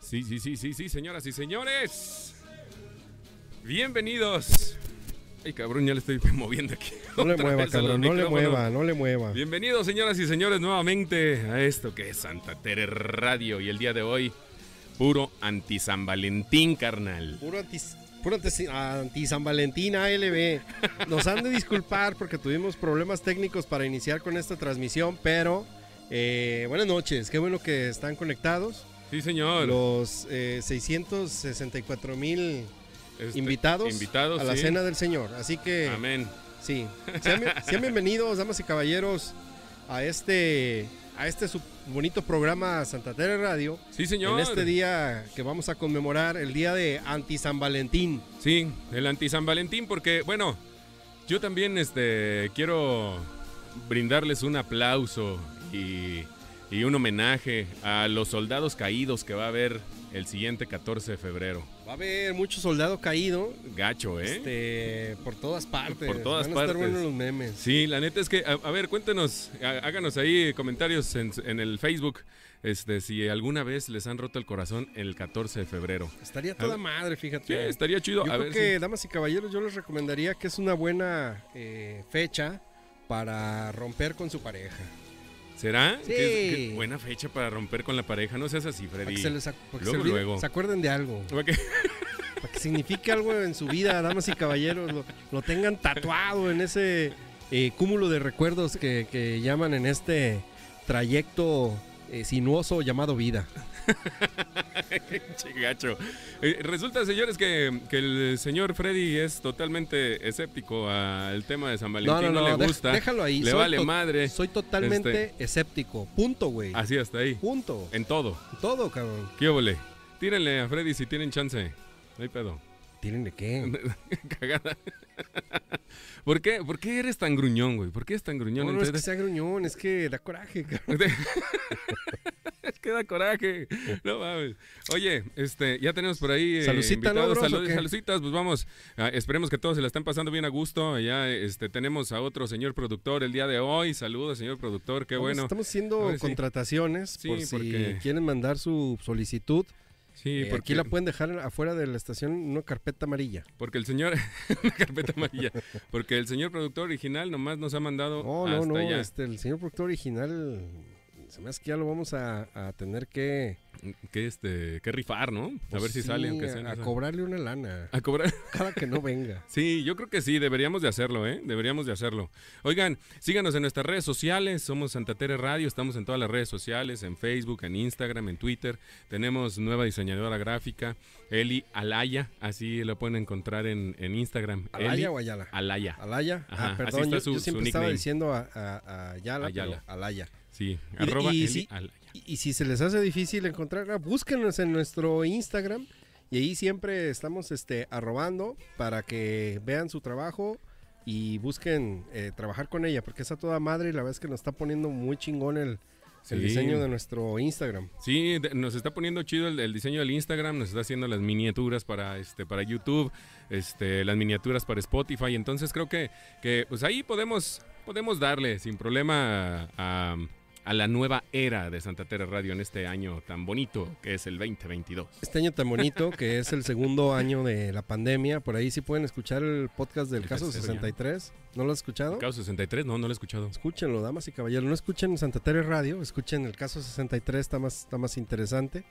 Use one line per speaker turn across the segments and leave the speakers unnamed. Sí, sí, sí, sí, sí, señoras y señores. Bienvenidos. Ay, cabrón, ya le estoy moviendo aquí.
No le
Otra
mueva,
vez al
cabrón, no le
micrófono.
mueva, no le mueva.
Bienvenidos, señoras y señores, nuevamente a esto que es Santa Tere Radio. Y el día de hoy, puro anti-San Valentín, carnal.
Puro anti, puro anti, anti San Valentín ALB. Nos han de disculpar porque tuvimos problemas técnicos para iniciar con esta transmisión, pero eh, buenas noches, qué bueno que están conectados.
Sí, señor.
Los eh, 664 mil
Este,
invitados,
invitados
a la
sí.
cena del Señor. Así que,
Amén.
sí, sean, bien- sean bienvenidos, damas y caballeros, a este, a este su bonito programa Santa Tere Radio.
Sí, señor.
En este día que vamos a conmemorar el día de anti San Valentín.
Sí, el anti-San Valentín, porque, bueno, yo también este, quiero brindarles un aplauso y, y un homenaje a los soldados caídos que va a haber el siguiente 14 de febrero.
Va a haber mucho soldado caído,
Gacho, ¿eh?
este, por todas partes.
Por todas
Van a
partes.
estar buenos los memes.
Sí, la neta es que, a, a ver, cuéntenos, há- háganos ahí comentarios en, en el Facebook, este, si alguna vez les han roto el corazón el 14 de febrero.
Estaría
A
toda
ver.
madre, fíjate.
Sí, estaría chido.
yo
a
creo
ver,
que,
si-
damas y caballeros, yo les recomendaría que es una buena eh, fecha para romper con su pareja.
¿será?
Sí.
Qué- qué buena fecha para romper con la pareja, no seas así,
Para
Freddy.
que se, les ac- para que
Luego,
se olvide-
luego.
se acuerden de algo.
Ok.
Para que signifique algo en su vida, damas y caballeros. Lo, lo tengan tatuado en ese eh, cúmulo de recuerdos que, que llaman en este trayecto eh, sinuoso llamado vida.
Che gacho. Eh, resulta, señores, que, que el señor Freddy es totalmente escéptico al tema de San Valentín. No, le
dej-
gusta.
déjalo ahí.
Le
soy
vale
to-
madre. este.
Soy totalmente escéptico. Punto, güey.
Así Eh. hasta ahí.
Punto.
En todo.
Todo, cabrón.
¿Qué óvole? Tírenle a Freddy si tienen chance. No hay pedo.
¿Tienen de qué?
Cagada. ¿Por qué? ¿Por qué eres tan gruñón, güey? ¿Por qué eres tan gruñón?
No, no es que
Entonces-
sea gruñón, es que da coraje, cabrón.
Es que da coraje. No mames. Oye, este, ya tenemos por ahí. eh,
Salucita, ¿no,
invitados.
bros,
Salud-
o qué?
salucitas, pues vamos. Ah, esperemos que todos se la estén pasando bien a gusto. Ya este, tenemos a otro señor productor el día de hoy. Saludos, señor productor. Qué
Vamos,
bueno.
Estamos
A
haciendo
ver si-
contrataciones
Sí,
por si
porque-
quieren mandar su solicitud.
Sí,
Eh,
porque,
Aquí la pueden dejar afuera de la estación en una carpeta amarilla.
porque el señor. una carpeta amarilla. Porque el señor productor original nomás nos ha mandado.
No, no,
hasta
no.
allá.
Este, el señor productor original, se me hace que ya lo vamos a, a tener que.
Que, este, que rifar, ¿no? a
pues,
ver si
sí,
sale, aunque sea en
A, a
esa-
cobrarle una lana.
A cobrar.
Cada que no venga.
Sí, yo creo que sí, deberíamos de hacerlo, ¿eh? Deberíamos de hacerlo. Oigan, síganos en nuestras redes sociales, somos Santa Tere Radio, estamos en todas las redes sociales, en Facebook, en Instagram, en Twitter. Tenemos nueva diseñadora gráfica, Eli Alaya, así la pueden encontrar en, en Instagram. Eli
¿Alaya o Ayala?
Alaya.
Alaya.
Ajá,
ah,
así
perdón,
está
yo,
su-
yo
su
siempre estaba
nickname.
diciendo a, a- a Ayala, pero
Ayala.
Alaya.
Sí,
Y de-
arroba
y
Eli
sí-
Alaya.
Y, y si se les hace difícil encontrarla, búsquenos en nuestro Instagram. Y ahí siempre estamos este, arrobando para que vean su trabajo y busquen eh, trabajar con ella, porque está toda madre y la verdad es que nos está poniendo muy chingón el, el
Sí.
diseño de nuestro Instagram.
Sí, de- nos está poniendo chido el, el diseño del Instagram, nos está haciendo las miniaturas para este para YouTube, este las miniaturas para Spotify, entonces creo que, que pues ahí podemos podemos darle sin problema a, a la nueva era de Santa Terra Radio en este año tan bonito que es el 2022.
Este año tan bonito, que es el segundo año de la pandemia, por ahí sí pueden escuchar el podcast del
El
caso
tercero ya.
63. ¿No lo has escuchado?
Caso 63, no, no lo he escuchado.
Escúchenlo, damas y caballeros. No escuchen Santa Tere Radio, escuchen el caso 63, está más, está más interesante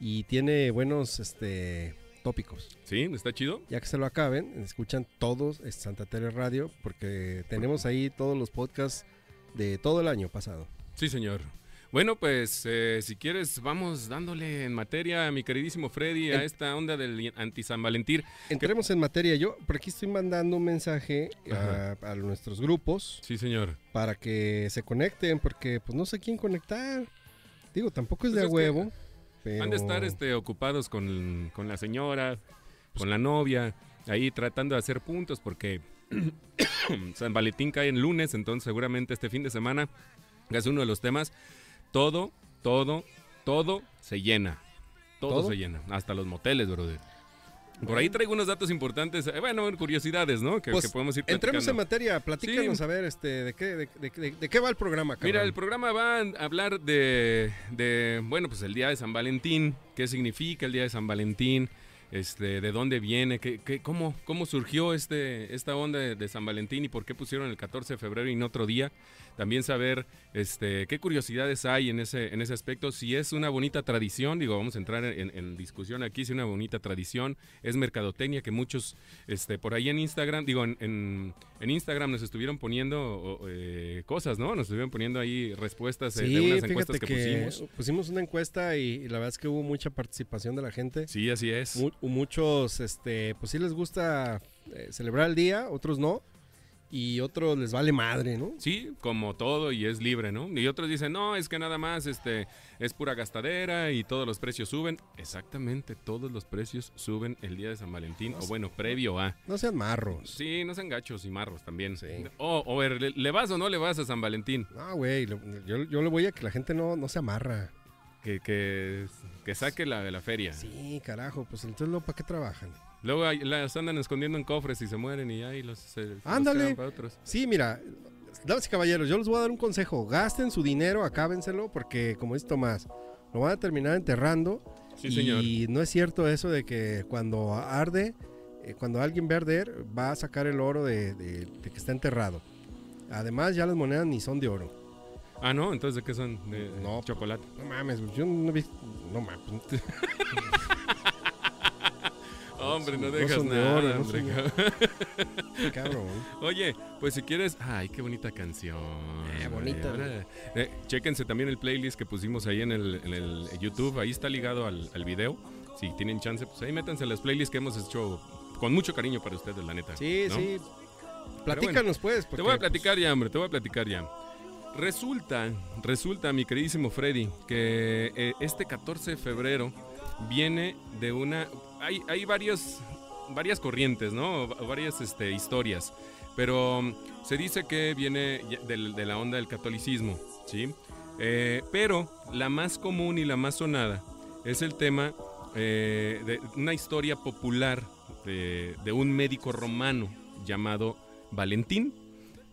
y tiene buenos este, tópicos.
Sí, está chido.
Ya que se lo acaben, escuchan todos eh, Santa Tere Radio porque tenemos ahí todos los podcasts de todo el año pasado.
Sí, señor. Bueno, pues eh, si quieres vamos dándole en materia a mi queridísimo Freddy a
En-
esta onda del anti San Valentín.
Entremos en materia. Yo por aquí estoy mandando un mensaje a, a nuestros grupos
Sí, señor.
para que se conecten porque pues no sé quién conectar. Digo, tampoco es
Pues
de
es
a
que
huevo. Pero...
Han de estar este, ocupados con, con la señora, con la novia, ahí tratando de hacer puntos porque San Valentín cae en lunes, entonces seguramente este fin de semana que es uno de los temas. Todo, todo, todo se llena. Todo,
¿Todo?
se llena. Hasta los moteles, brother. Por ahí traigo unos datos importantes, eh, bueno, curiosidades, ¿no? Que,
Pues,
que podemos ir
Entremos
platicando.
en materia, platícanos
Sí.
a ver este, de, qué, de, de- de- de qué va el programa.
Mira,
carnal?
el programa va a hablar de, de, bueno, pues el Día de San Valentín, qué significa el Día de San Valentín, este, de dónde viene, qué, qué- cómo, cómo surgió este, esta onda de, de San Valentín y por qué pusieron el 14 de febrero y no otro día. También saber este, qué curiosidades hay en ese, en ese aspecto, si es una bonita tradición, digo, vamos a entrar en, en discusión aquí, si es una bonita tradición, es mercadotecnia que muchos este, por ahí en Instagram, digo, en, en- en Instagram nos estuvieron poniendo o, eh, cosas, ¿no? Nos estuvieron poniendo ahí respuestas eh, de unas encuestas que, pusimos.
una encuesta y, y la verdad es que hubo mucha participación de la gente.
Sí, así es.
Mu- muchos, este, pues sí les gusta eh, celebrar el día, otros no. Y otros les vale madre, ¿no?
Sí, como todo y es libre, ¿no? Y otros dicen, no, es que nada más este, es pura gastadera y todos los precios suben. Exactamente, todos los precios suben el día de San Valentín, o bueno, previo a.
No sean marros.
Sí, no sean gachos y marros también.
Sí.
O, o ver, ¿le, le vas o no le vas a San Valentín?
No, güey, lo- yo, yo le voy a que la gente no, no se amarra.
Que, que, que saque la de la feria.
Sí, carajo, pues entonces, ¿lo- ¿para qué trabajan?
Luego ahí las andan escondiendo en cofres y se mueren y ahí los... se- los
Ándale.
quedan para otros.
Sí, mira, damas y caballeros, yo les voy a dar un consejo. Gasten su dinero, acábenselo, porque como dice Tomás, lo van a terminar enterrando.
Sí,
y
señor.
no es cierto eso de que cuando arde, eh, cuando alguien ve arder, va a sacar el oro de, de- de que está enterrado. Además, ya las monedas ni son de oro.
Ah, no, entonces ¿de qué son? De
No.
chocolate.
No mames, yo no vi. No mames.
Hombre, no
No
dejas
son de
nada,
oro, no
hombre.
son Cabrón.
Oye, pues si quieres, ay, qué bonita canción.
Eh, bonita,
Ahora, eh, chéquense también el playlist que pusimos ahí en el, en el YouTube, ahí está ligado al, al video. Si tienen chance, pues ahí métanse las playlists que hemos hecho con mucho cariño para ustedes, la neta.
Sí,
¿no?
sí. Platícanos, pues.
Te
porque,
voy a platicar ya, hombre, te voy a platicar ya. Resulta, resulta, mi queridísimo Freddy, que eh, este 14 de febrero viene de una... Hay, hay varios, varias corrientes, ¿no? Va- Varias este, historias. Pero mm, se dice que viene ya del- de, la onda del catolicismo, ¿sí? Eh, pero la más común y la más sonada es el tema eh, de una historia popular de, de un médico romano llamado Valentín.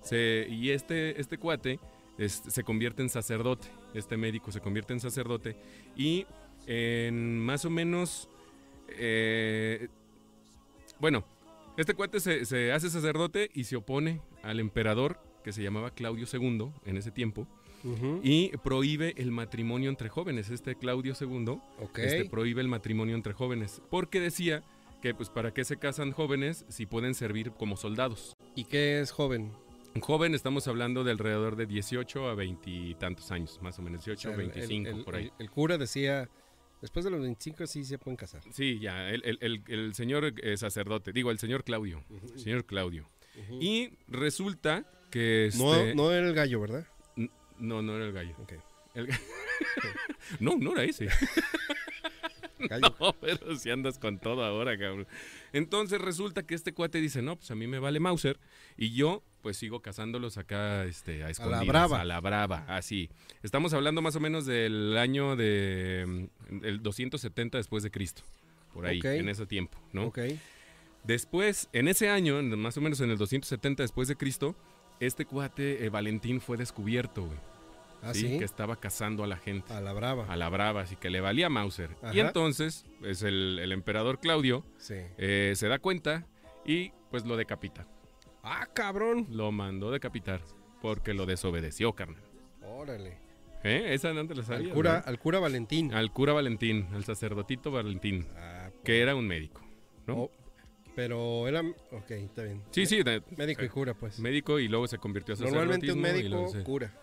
Se- y este, este cuate es- se convierte en sacerdote. Este médico se convierte en sacerdote. Y en más o menos. eh, bueno, este cuate se, se hace sacerdote y se opone al emperador que se llamaba Claudio II en ese tiempo
Ujú,
y prohíbe el matrimonio entre jóvenes. Este Claudio II
ok.
este, prohíbe el matrimonio entre jóvenes porque decía que pues para qué se casan jóvenes si pueden servir como soldados.
¿Y qué es joven?
Un joven estamos hablando de alrededor de 18 a 20 y tantos años, más o menos 18,
O sea, el- el-
25
el-
por ahí.
El, el cura decía, después de los 25 sí se pueden casar.
Sí, ya, el, el- el- el señor eh, sacerdote, digo, el señor Claudio, el señor Claudio.
Y
Y resulta que...
no,
este-
no era el gallo, ¿verdad?
no, no era el gallo.
Ok.
El ga- no, no era ese.
Gallo.
No, pero si andas con todo ahora, cabrón. Entonces resulta que este cuate dice, no, pues a mí me vale Mauser y yo pues sigo cazándolos acá este, a escondidas.
brava.
A la brava, así. Estamos hablando más o menos del año de... mm, el 270 después de Cristo, por ahí,
Ok.
en ese tiempo, ¿no?
Ok.
Después, en ese año, en- más o menos en el 270 después de Cristo, este cuate eh, Valentín fue descubierto, güey,
Ah,
¿sí?
sí.
Que estaba cazando a la gente
A la brava.
a la brava, así que le valía Mauser. Y
Ajá.
entonces, pues el, el emperador Claudio
Sí.
eh, se da cuenta y pues lo decapita.
Ah, cabrón.
Lo mandó decapitar porque lo desobedeció, carnal.
Órale.
¿Eh? Esa no te la
Al
sabías,
cura,
¿no? Ah.
al cura Valentín.
Al cura Valentín, al sacerdotito Valentín,
Ah,
que era un médico. ¿no?
oh, pero era... Ok, está bien.
Sí, sí, de-
Médico y cura, pues.
médico y luego se convirtió a
Normalmente un
sacerdotismo y
médico
luego se-
cura.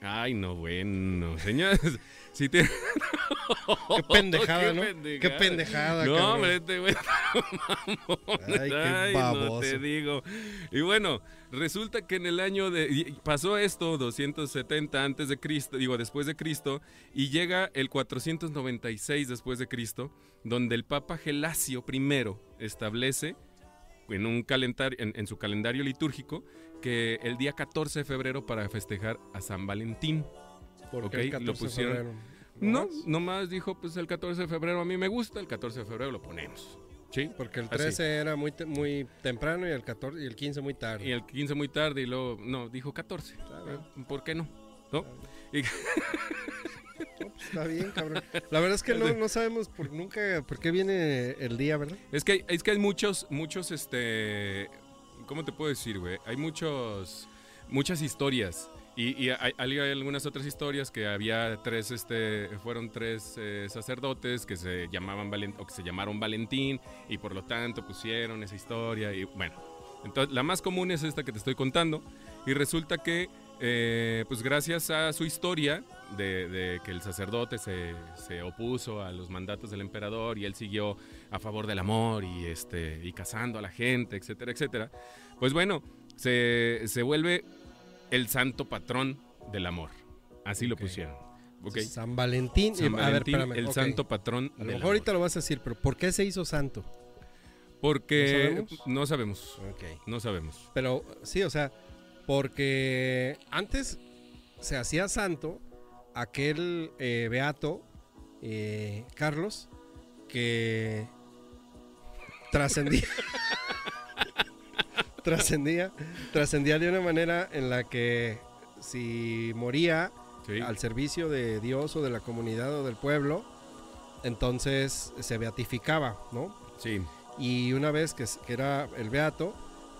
Ay, no, bueno, señores. Si te...
Qué pendejada, ¿no? Qué
Oh, pendejada.
pendejada,
No,
Ah, cabrón.
hombre, este güey mamón.
Ay, qué
No
baboso.
te digo. Y bueno, resulta que en el año de y- y pasó esto 270 antes de Cristo, digo después de Cristo, y llega el 496 después de Cristo, donde el Papa Gelasio I establece en un calendario, en, en su calendario litúrgico, que el día 14 de febrero para festejar a San Valentín.
Porque
ok,
el
lo
14 de
pusieron-
febrero.
No,
más?
nomás dijo, pues el 14 de febrero a mí me gusta, el 14 de febrero lo ponemos. Sí.
Porque el
así.
13 era muy, te- muy temprano y el 14 y el 15 muy tarde.
Y el 15 muy tarde y luego, no, dijo 14.
Está bien.
Eh, ¿Por qué no? ¿No?
No, pues, está bien, cabrón. La verdad es que no, no sabemos por nunca por qué viene el día, ¿verdad?
Es que, hay- es que hay muchos, muchos, este, ¿cómo te puedo decir, güey? Hay muchos, muchas historias. Y, y hay, hay algunas otras historias que había tres, este, fueron tres eh, sacerdotes que se llamaban Valen- o que se llamaron Valentín y por lo tanto pusieron esa historia y bueno. Entonces, la más común es esta que te estoy contando y resulta que, eh, pues gracias a su historia de, de que el sacerdote se, se opuso a los mandatos del emperador y él siguió a favor del amor y este y casando a la gente, etcétera, etcétera. Pues bueno, se, se vuelve el santo patrón del amor. Así lo
Ok.
pusieron. Ok.
San Valentín.
San
a ver,
Valentín,
espérame.
el
ok.
santo patrón del
A lo mejor
amor.
ahorita lo vas a decir, pero ¿por qué se hizo santo?
porque
¿No
no
sabemos?
sabemos,
Ok.
no sabemos.
Pero sí, o sea, porque antes se hacía santo aquel eh, beato eh, Carlos que trascendía. trascendía trascendía de una manera en la que si moría
Sí.
al servicio de Dios o de la comunidad o del pueblo entonces se beatificaba no
Sí.
y una vez que, s- que era el beato,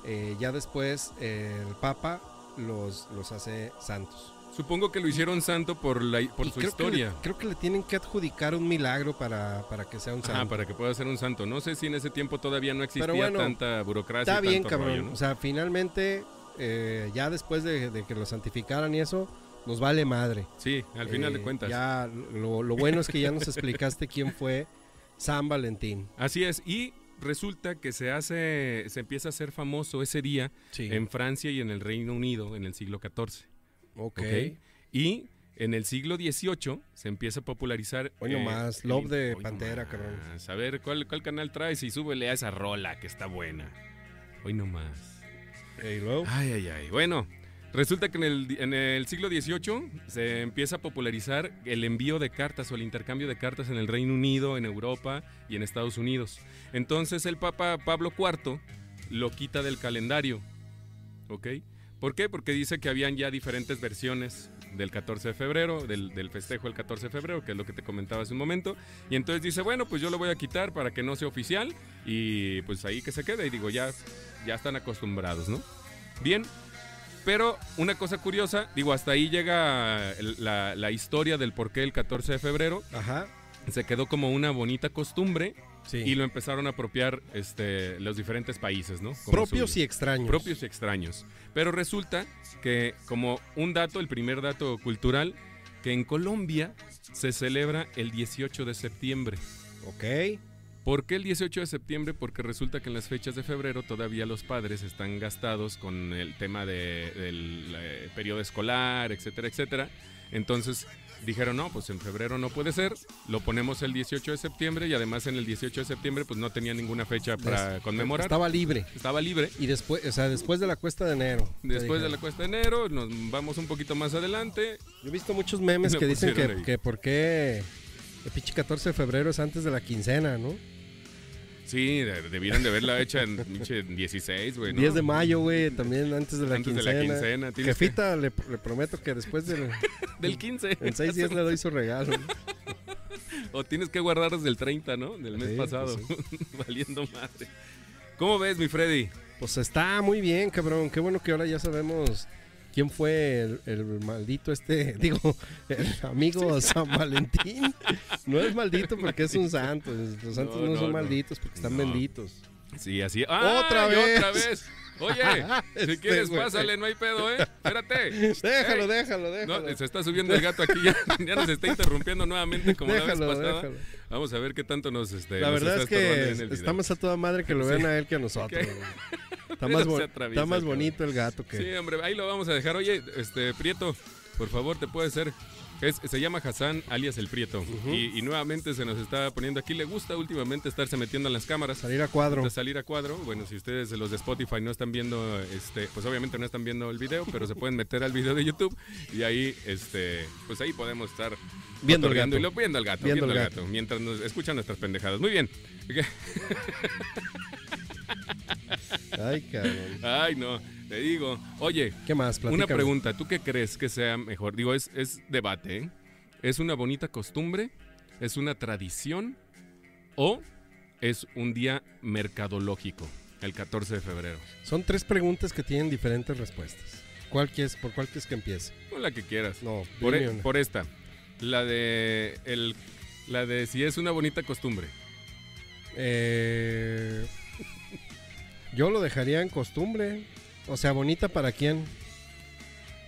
eh, ya después eh, el papa los, los hace santos.
Supongo que lo hicieron santo por la por
Y
su
creo que le-
historia.
creo que le tienen que adjudicar un milagro para, para que sea un santo.
Ajá, para que pueda ser un santo. No sé si en ese tiempo todavía no existía
bueno,
tanta burocracia.
Está
y
bien,
tanto
cabrón.
rollo, ¿no?
O sea, finalmente, eh, ya después de, de que lo santificaran y eso, nos vale madre.
Sí, al final
Eh,
de cuentas.
Ya, lo, lo bueno es que ya nos explicaste quién fue San Valentín.
Así es. Y resulta que se hace, se empieza a hacer famoso ese día
Sí.
en Francia y en el Reino Unido en el siglo XIV.
ok. Eh,
¿ok? Y en el siglo XVIII se empieza a popularizar. eh,
Hoy nomás, Love
el-
de
hoy
Pantera,
nomás.
cabrón.
A ver, ¿cuál, ¿cuál canal traes? Y súbele a esa rola que está buena. Hoy nomás.
Y luego,
Ay, ay, ay. Bueno, resulta que en el, en el siglo XVIII se empieza a popularizar el envío de cartas o el intercambio de cartas en el Reino Unido, en Europa y en Estados Unidos. Entonces el Papa Pablo IV lo quita del calendario. ¿Ok? ¿Por qué? Porque dice que habían ya diferentes versiones del 14 de febrero, del, del festejo del 14 de febrero, que es lo que te comentaba hace un momento. Y entonces dice, bueno, pues yo lo voy a quitar para que no sea oficial y pues ahí que se quede. Y digo, ya, ya están acostumbrados, ¿no? Bien. Pero una cosa curiosa, digo, hasta ahí llega el- la, la historia del por qué el 14 de febrero
ajá.
se quedó como una bonita costumbre
Sí.
y lo empezaron a apropiar este, los diferentes países, ¿no? Como
propios
su-
y extraños.
propios y extraños. Pero resulta que como un dato, el primer dato cultural, que en Colombia se celebra el 18 de septiembre.
Ok.
¿Por qué el 18 de septiembre? Porque resulta que en las fechas de febrero todavía los padres están gastados con el tema de- del eh, periodo escolar, etcétera, etcétera. Entonces dijeron, no, pues en febrero no puede ser, lo ponemos el 18 de septiembre y además en el 18 de septiembre pues no tenía ninguna fecha para
Des-
conmemorar, estaba,
Estaba libre.
libre.
Y después, o sea, después de la cuesta de enero. te
Después de la
dijeron.
cuesta de enero, nos vamos un poquito más adelante.
Yo he visto muchos memes
Me
que dicen
pusieron
que,
ahí.
que por qué el pinche 14 de febrero es antes de la quincena, ¿no?
Sí, de- debieron de haberla hecha en pinche 16, güey. ¿no?
10 de mayo, güey, también antes de la
Antes de
quincena.
la quincena, tienes que-
Jefita, le, le prometo que después del
Del 15.
en 6 días le doy su regalo.
O tienes que guardar desde el 30, ¿no? Del mes
Sí,
pasado.
pues
Valiendo madre. ¿Cómo ves, mi Freddy?
Pues está muy bien, cabrón. Qué bueno que ahora ya sabemos quién fue el, el maldito este, digo, el amigo San Valentín. No es maldito porque es un santo. Los santos
No,
no,
no,
son
no.
malditos porque están
No.
benditos.
Sí, así. ¡Ah,
¡Otra
y
vez!
¡Otra vez! Oye, si
Este
quieres,
güey.
pásale, no hay pedo, ¿eh? Espérate.
Déjalo,
Ey.
déjalo, déjalo.
No, se está subiendo el gato aquí, ya, ya nos está interrumpiendo nuevamente como la
déjalo,
vez pasada.
déjalo.
Vamos a ver qué tanto nos este,
La
nos
verdad
está
es
estorbando en el
que
video.
estamos a toda madre que lo vean a él que a nosotros.
Ok.
güey. Está más,
Pero se
bon-
atraviesa,
está más
cabrón.
bonito el gato que...
Sí, hombre, ahí lo vamos a dejar. Oye, este, Prieto, Por favor, te puede ser. Es- se llama Hassan alias El Prieto. y, y nuevamente se nos está poniendo aquí. Le gusta últimamente estarse metiendo en las cámaras.
Salir a cuadro.
De salir a cuadro. Bueno, si ustedes los de Spotify no están viendo, este, pues obviamente no están viendo el video, pero se pueden meter al video de YouTube y ahí, este, pues ahí podemos estar
Viendo al
cotorreando
gato.
y lo- viendo al gato, viendo, al gato, mientras nos escuchan nuestras pendejadas. Muy bien.
Ay, cabrón.
Ay, no, te digo. Oye,
¿Qué más?
una
Platícame.
pregunta. ¿Tú qué crees que sea mejor? Digo, es, es debate. ¿eh? ¿Es una bonita costumbre? ¿Es una tradición? ¿O es un día mercadológico? El 14 de febrero.
Son tres preguntas que tienen diferentes respuestas. ¿Cuál quieres, ¿Por cuál quieres que empiece?
Con la que quieras.
No,
Por,
dime
e-
una.
por esta. La de el la de si es una bonita costumbre.
Eh, yo lo dejaría en costumbre. O sea, bonita para quién.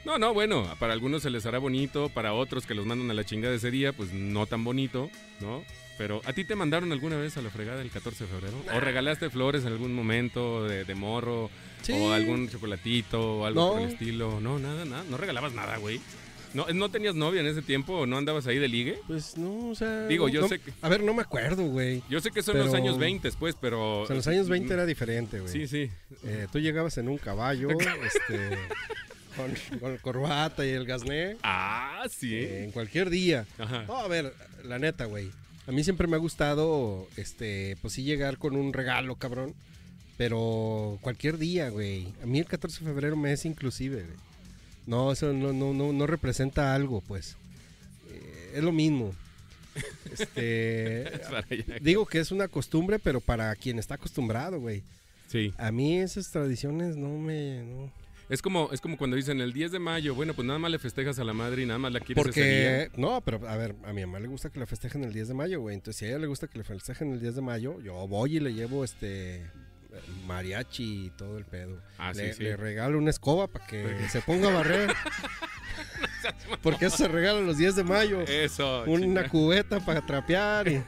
No, no, bueno, para algunos se les hará bonito, para otros que los mandan a la chingada ese día, pues no tan bonito, ¿no? Pero ¿a ti te mandaron alguna vez a la fregada el 14 de febrero? ¿O regalaste flores en algún momento de, de morro?
Sí.
¿O algún chocolatito o algo
No.
por el estilo? No, nada, nada. No regalabas nada, güey. No, ¿No tenías novia en ese tiempo? ¿O no andabas ahí de ligue?
Pues no, o sea.
Digo, yo
no-
sé que-
A ver, no me acuerdo, güey.
Yo sé que son los
Pero-
años 20, pues, pero...
O sea, en los años 20 era diferente, güey.
Sí, sí.
Eh, tú llegabas en un caballo, este, con, con corbata y el gasné,
Ah, sí.
eh, en cualquier día.
Ajá.
No, a ver, la neta, güey. A mí siempre me ha gustado, este, pues sí llegar con un regalo, cabrón. Pero cualquier día, güey. A mí el 14 de febrero me es inclusive, güey. No, eso no, no, no, no representa algo, pues. Eh, es lo mismo. Este,
Para allá.
digo que es una costumbre, pero para quien está acostumbrado, güey.
Sí.
A mí esas tradiciones no me... no.
Es como, es como cuando dicen el 10 de mayo, bueno, pues nada más le festejas a la madre y nada más la quieres ese día.
Porque, no, pero a ver, a mi mamá le gusta que la festejen el 10 de mayo, güey. Entonces, si a ella le gusta que le festejen el 10 de mayo, yo voy y le llevo este mariachi y todo el pedo.
Ah, sí,
le,
sí.
le regalo una escoba para que se ponga a barrer. Porque eso se regala los 10 de mayo.
Eh, Eso.
Una
chinga.
cubeta para trapear y...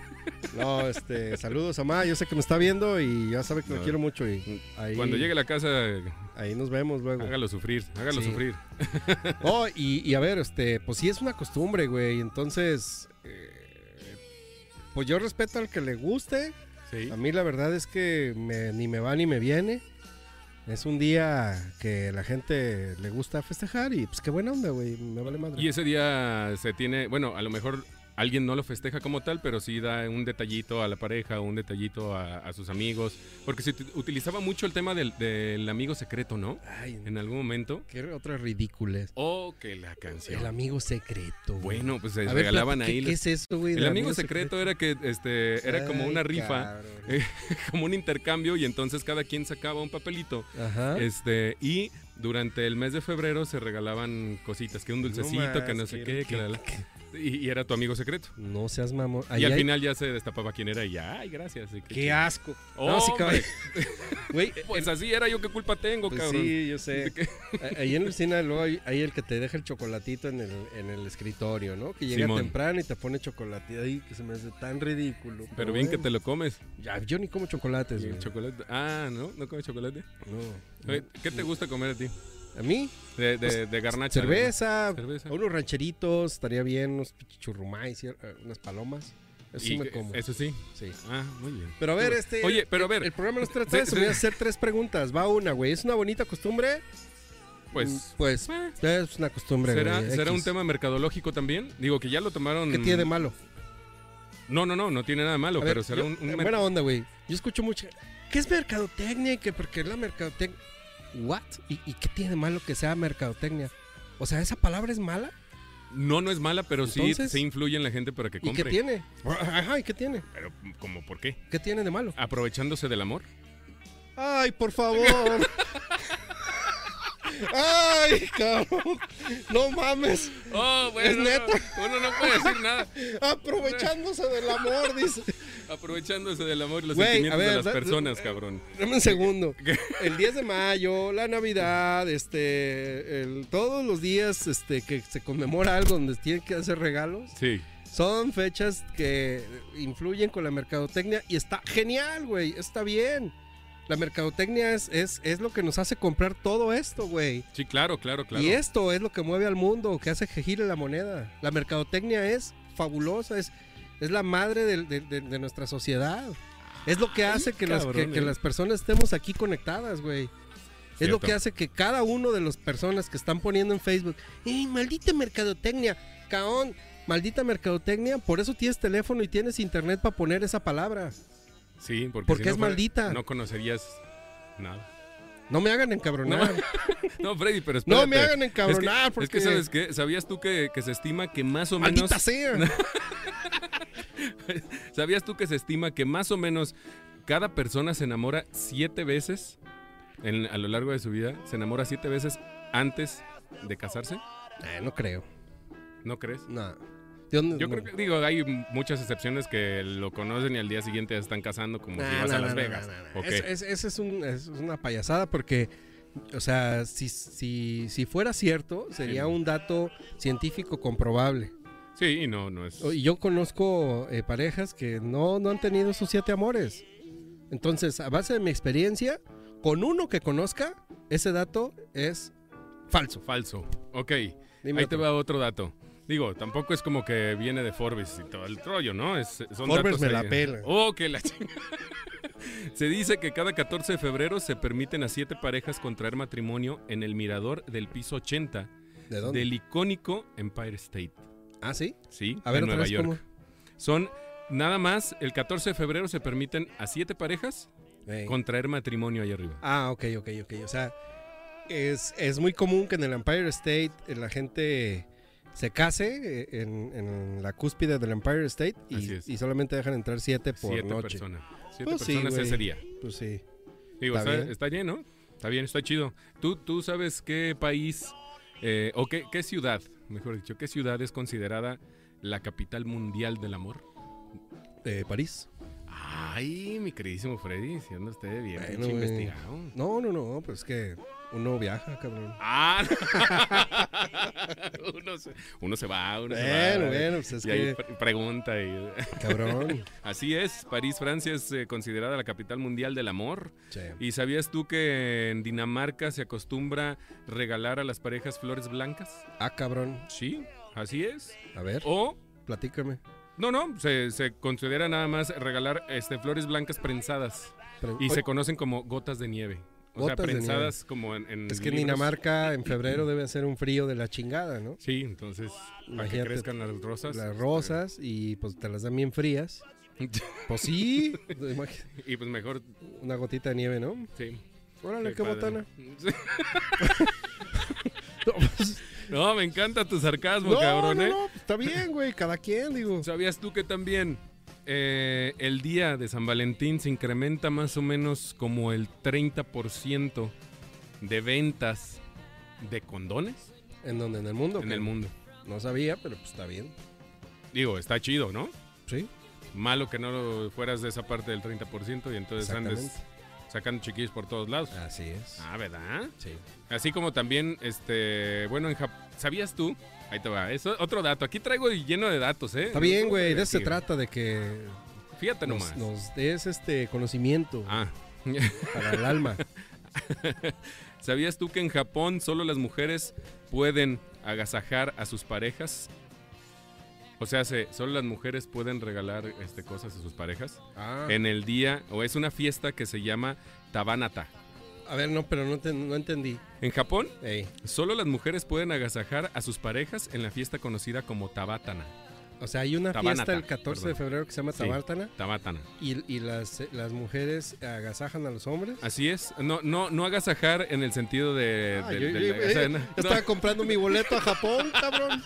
No, este, saludos a Ma, yo sé que me está viendo y ya sabe que lo
No. Mm,
quiero mucho y ahí,
Cuando llegue a la casa, eh,
ahí nos vemos luego.
hágalo sufrir, hágalo
Sí.
sufrir.
No, y, y a ver, este, pues sí es una costumbre, güey. Entonces, eh, pues yo respeto al que le guste.
Sí.
A mí la verdad es que me- ni me va ni me viene. Es un día que la gente le gusta festejar y pues qué buena onda, güey. Me vale madre.
Y ese día se tiene, bueno, a lo mejor alguien no lo festeja como tal, pero sí da un detallito a la pareja, un detallito a, a sus amigos. Porque se ut- utilizaba mucho el tema del, del amigo secreto, ¿no?
Ay,
En algún momento.
qué otra ridiculez.
O Oh, que la
El
canción.
amigo secreto. güey.
Bueno, pues se
A ver,
regalaban
platica,
ahí.
¿Qué,
los-
es eso, güey?
El
del
amigo secreto era que este era como
Ay,
una rifa,
cabrón.
eh, como un intercambio y entonces cada quien sacaba un papelito.
Ajá.
Este, y durante el mes de febrero se regalaban cositas, que un dulcecito, que no
más,
sé
que-
qué, que la- la- y, y era tu amigo secreto.
No seas mamón. Ahí
y al
hay-
final ya se destapaba quién era y ya, ay, gracias. y qué
Qué
chido".
asco. No, sí,
¡Hombre!
cabrón. Güey,
Pues así era yo, qué culpa tengo,
Eh, Pues
oh, cabrón.
sí, yo sé. A- Ahí en la oficina luego hay, hay el que te deja el chocolatito en el, en el escritorio, ¿no? Que llega
Simón.
temprano y te pone chocolatito ahí, que se me hace tan ridículo.
Pero bien que te
bueno.
lo comes.
Ya, yo ni como chocolates,
Y el
güey.
chocolate. Ah, ¿no? ¿No comes chocolate?
No.
Oye, ¿Qué te gusta comer a ti?
A mí,
De, de, de garnacha.
cerveza,
Cerveza.
unos rancheritos, estaría bien, unos churrumais, eh, unas palomas. Eso sí
Y- e,
me como.
Eso sí.
Sí.
Ah, muy bien.
Pero a ver,
Qué bueno.
este.
Oye, pero a
El
ver,
programa nos trata
Se-
de eso.
se-
Voy a hacer tres preguntas. Va una, güey. ¿Es una bonita costumbre?
pues.
Mm, Pues.
eh,
Es una costumbre.
¿Será,
güey,
será un
X.
tema mercadológico también? Digo que ya lo tomaron.
¿Qué tiene de malo?
No, no, no, no tiene nada de malo,
A ver,
pero será
yo-
un. un
eh,
mer-
buena onda, güey. Yo escucho mucho. ¿Qué es mercadotecnia? ¿Qué- ¿Por qué es la mercadotecnia? ¿What? ¿Y, y qué tiene de malo que sea mercadotecnia? O sea, ¿esa palabra es mala?
No, no es mala, pero sí
Entonces-
se influye en la gente para que
¿Y qué
compre.
tiene? Ajá, ¿y qué tiene?
Pero, ¿cómo por qué?
¿Qué tiene de malo?
¿Aprovechándose del amor?
¡Ay, por favor! ¡Ay, cabrón! ¡No mames!
¡Oh,
Es
bueno!
neta.
No, uno no puede decir nada.
Aprovechándose del amor, dice.
Aprovechándose del amor y los
Güey,
sentimientos
a ver,
de las
da- eh,
personas, cabrón.
Dame un segundo. El 10 de mayo, la Navidad, este, el- todos los días este, que se conmemora algo donde tienen que hacer regalos,
Sí.
son fechas que influyen con la mercadotecnia y está genial, güey, está bien. La mercadotecnia es, es, es lo que nos hace comprar todo esto, güey.
Sí, claro, claro, claro.
Y esto es lo que mueve al mundo, que hace que gire la moneda. La mercadotecnia es fabulosa, es, es la madre del- del- de, de nuestra sociedad. Es lo que hace que, las, que,
cabrón,
que
eh.
las personas estemos aquí conectadas, güey. Es
Cierto.
lo que hace que cada uno de las personas que están poniendo en Facebook, ¡Ey, maldita mercadotecnia! ¡Caón! Maldita mercadotecnia, por eso tienes teléfono y tienes internet para poner esa palabra.
Sí, porque,
Porque
si no
es
fuera-
maldita.
No conocerías nada.
No me hagan encabronar.
No, Freddy, pero espérate.
No me hagan
Es que,
encabronar porque
es que, ¿sabes qué? ¿Sabías tú que, que se estima que más o menos...
maldita sea.
¿Sabías tú que se estima que más o menos cada persona se enamora siete veces en- a lo largo de su vida? ¿Se enamora siete veces antes de casarse?
Eh, no creo.
¿No crees?
No. Yo, no-
Yo creo que, digo, hay muchas excepciones que lo conocen y al día siguiente ya están casando como
Nah,
si vas
nah,
a Las
nah, nah,
Vegas.
nah, nah.
Ok.
Es- eh, es- ese es, un- es una payasada porque, o sea, si, si, si fuera cierto, sería
Sí.
un dato científico comprobable.
Sí, no, no es...
O- Y yo conozco eh, parejas que no, no han tenido esos siete amores. Entonces, a base de mi experiencia, con uno que conozca, ese dato es falso.
Falso. Ok.
Dime
Ahí
otro.
te va otro dato. Digo, tampoco es como que viene de Forbes y todo el rollo, ¿no? Es, son
Forbes
datos
me
ahí.
la pela.
Oh, que la chinga. Se dice que cada 14 de febrero se permiten a siete parejas contraer matrimonio en el mirador del piso 80
¿De dónde?
del icónico Empire State.
Ah, sí.
¿Sí?
A
en
ver, otra
Nueva
vez,
York.
¿cómo?
Son nada más, el 14 de febrero se permiten a siete parejas
Ey.
contraer matrimonio ahí arriba.
Ah, ok, ok, ok. O sea, es, es muy común que en el Empire State eh, la gente se case eh, en, en la cúspide del Empire State
Así
y,
es.
y solamente dejan entrar siete por
siete
noche.
personas. Siete
Pues sí,
personas
güey.
ese día.
Pues sí.
Digo,
Está
está,
bien.
está bien, ¿no? Está bien, está chido. ¿Tú, tú sabes qué país eh, o qué, qué ciudad, mejor dicho, qué ciudad es considerada la capital mundial del amor?
Eh, París.
Ay, mi queridísimo Freddy, si anda usted bien,
Bueno,
pinche
güey.
investigado.
No, no, no, pues que uno viaja, cabrón.
Ah, uno, se, uno se va, uno se va.
Bueno, bueno, pues es
y ahí
que,
pre- pregunta. y-
cabrón.
Así es, París, Francia es eh, considerada la capital mundial del amor.
che.
¿Y sabías tú que en Dinamarca se acostumbra regalar a las parejas flores blancas?
Ah, cabrón.
Sí, así es.
A ver,
O,
platícame.
no, no, se, se considera nada más regalar este, flores blancas prensadas
Pero-
y
Oye,
se conocen como gotas de nieve. O sea,
Gotas de
prensadas como en, en
es que en
libros.
Dinamarca en febrero debe hacer un frío de la chingada, ¿no?
Sí, entonces, para que
Imagínate,
crezcan las rosas.
Las rosas y pues te las dan bien frías. Pues sí, imagi-
y pues mejor,
una gotita de nieve, ¿no?
sí.
Órale,
qué
qué
padre.
botana.
Sí. pues, No, me encanta tu sarcasmo,
No,
cabrón,
no,
¿eh?
no, pues, está bien, güey, cada quien, digo.
¿Sabías tú que también eh, el día de San Valentín se incrementa más o menos como el 30% de ventas de condones
¿En donde ¿En el mundo?
en el
¿Qué?
mundo?
No sabía, pero pues está bien.
Digo, está chido, ¿no?
Sí,
Malo que no lo fueras de esa parte del 30% y entonces andes
exactamente.
sacando chiquillos por todos lados.
Así es.
Ah, ¿verdad?
Sí.
Así como también, este, bueno, en Japón, ¿sabías tú? Ahí te va, es otro dato. Aquí traigo lleno de datos, ¿eh?
Está bien, güey, de eso se
Fíjate
trata, de que
Fíjate
nos,
nomás.
nos des este conocimiento
Ah.
para el alma.
¿Sabías tú que en Japón solo las mujeres pueden agasajar a sus parejas? O sea, se- solo las mujeres pueden regalar este, cosas a sus parejas.
Ah.
En el día, o es una fiesta que se llama Tabanata.
A ver, no, pero no, te- no entendí.
En Japón,
Ey,
solo las mujeres pueden agasajar a sus parejas en la fiesta conocida como Tabatana.
O sea, hay una
Tabanata,
fiesta el 14 de
perdón.
febrero que se llama
Sí.
Tabartana
Tabatana.
y, y las, las mujeres agasajan a los hombres.
Así es. No, no, no agasajar en el sentido de...
Ah,
de-
yo,
de
yo-
la- o sea,
eh,
no,
yo
no.
estaba comprando mi boleto a Japón, cabrón.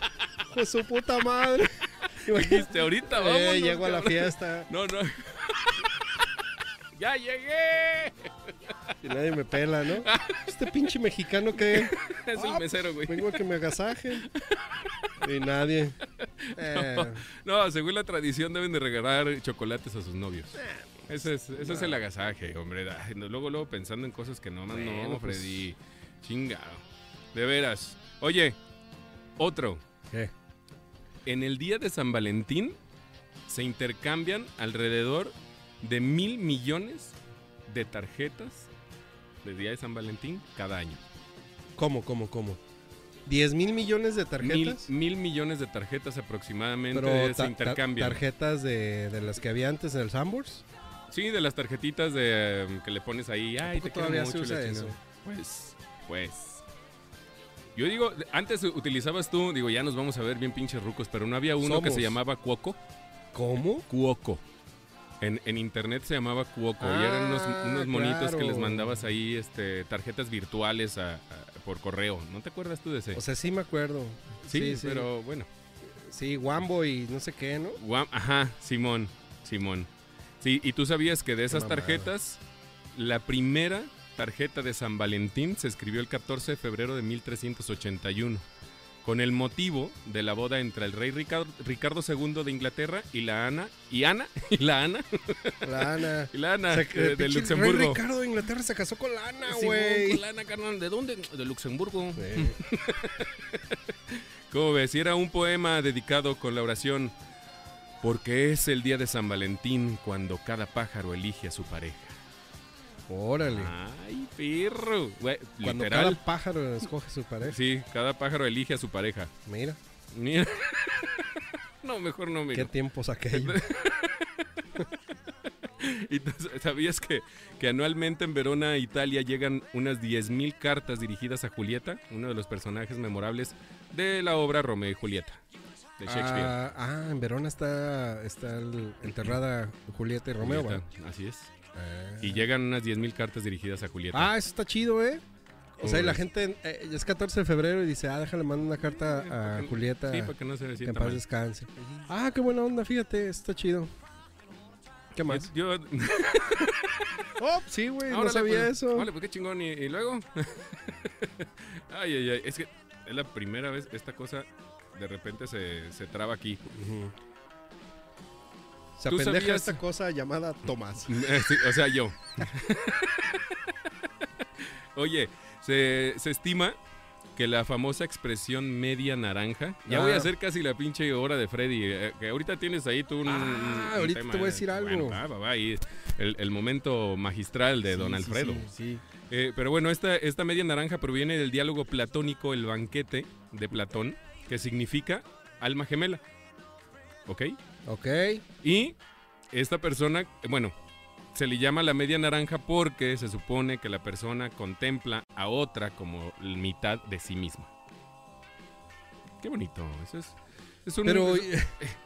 Pues su puta madre.
Dijiste, este, ahorita vamos.
Eh, llego a la fiesta
No, no. ¡Ya llegué!
y nadie me pela, ¿no? Este pinche mexicano que
Es el
Ah,
mesero, güey.
vengo a que me agasaje. Y nadie. Eh,
No, según la tradición deben de regalar chocolates a sus novios.
Eh,
Ese es, ese es el agasaje, hombre. Ay, no, Luego, luego pensando en cosas que no más no,
Bueno, pues.
Freddy. Chingado. De veras. Oye, otro.
¿Qué?
En el día de San Valentín se intercambian alrededor de mil millones de tarjetas del Día de San Valentín cada año.
¿Cómo, cómo, cómo? ¿10 mil millones de
Mil,
tarjetas?
mil millones de tarjetas aproximadamente
Pero
se
ta- ta-
intercambian.
tarjetas de, de las que había antes en el Sambors.
Sí, de las tarjetitas de mm, que le pones ahí. Ay,
poco
te quiero
todavía
mucho",
se
y
usa
la
eso?
chingada. Pues, pues. Yo digo, de- antes utilizabas tú, digo, ya nos vamos a ver bien pinches rucos, pero no había uno que se
Somos.
llamaba Cuoco.
¿Cómo?
Cuoco. En, en internet se llamaba Cuoco y eran unos,
Ah,
unos monitos que les
claro.
mandabas ahí este, tarjetas virtuales a- a- por correo. ¿No te acuerdas tú de ese?
O sea, sí me acuerdo.
sí,
sí, sí.
pero bueno.
Sí, Wambo y no sé qué, ¿no?
Guam- Ajá, Simón, Simón. Sí, y tú sabías que de esas
mamada.
tarjetas, la primera tarjeta de San Valentín se escribió el 14 de febrero de 1381, con el motivo de la boda entre el rey Ricardo, Ricardo II de Inglaterra y la Ana, y Ana, y la Ana,
Lana.
y la
O
Ana
sea,
eh,
que
de
pinche Rey
Luxemburgo.
Ricardo de Inglaterra se casó con Lana,
Simón,
güey.
con la Ana, carnal, ¿de dónde? De Luxemburgo.
Sí.
Como ves, Y era un poema dedicado con la oración, porque es el día de San Valentín cuando cada pájaro elige a su pareja.
Órale.
Ay, perro. Güey,
Cuando
Ah, literal.
cada pájaro escoge su pareja.
Sí, cada pájaro elige a su pareja.
Mira,
Mira. No, mejor no,
qué
mira.
tiempos aquellos.
Y tú ¿Sabías que, que anualmente en Verona, Italia, llegan unas 10.000 cartas dirigidas a Julieta, uno de los personajes memorables de la obra Romeo y Julieta, de Shakespeare?
Ah, ah, en Verona está, está el- enterrada Julieta y Romeo.
Julieta,
¿va?
así es.
Ah.
Y llegan unas 10.000 cartas dirigidas a Julieta.
Ah, eso está chido, ¿eh? O sea, y la
¿Cómo
gente eh, es 14 de febrero y dice, ah, déjale, mando una
Sí,
carta a
porque-
Julieta
Sí, para que no se le
que en
sienta
paz
mal.
descanse. Ah, qué buena onda, fíjate, eso está chido. ¿Qué más?
Yo,
Oh, sí, güey, no
Órale,
sabía
pues,
eso.
Vale, pues qué chingón. ¿Y, y luego? ay, ay, ay. Es que es la primera vez esta cosa de repente se, se traba aquí.
Ujú. Se
¿Tú
apendeja
sabías-
esta cosa llamada Tomás.
Eh, sí, o sea, yo. Oye, se, se estima que la famosa expresión media naranja. Ya voy a
Ah.
hacer casi la pinche hora de Freddy. eh, que ahorita tienes ahí tú un.
Ah,
un
ahorita
tema.
te voy a decir algo.
Bueno, va, va, va, y el, el momento magistral de
Sí,
don
sí,
Alfredo.
Sí, sí.
Eh, pero bueno, esta, esta media naranja proviene del diálogo platónico El banquete de Platón, que significa alma gemela. ¿Ok?
Ok.
Y esta persona, eh, bueno, se le llama la media naranja porque se supone que la persona contempla a otra como la mitad de sí misma. Qué bonito, eso es... es un-
Pero. eh,
es-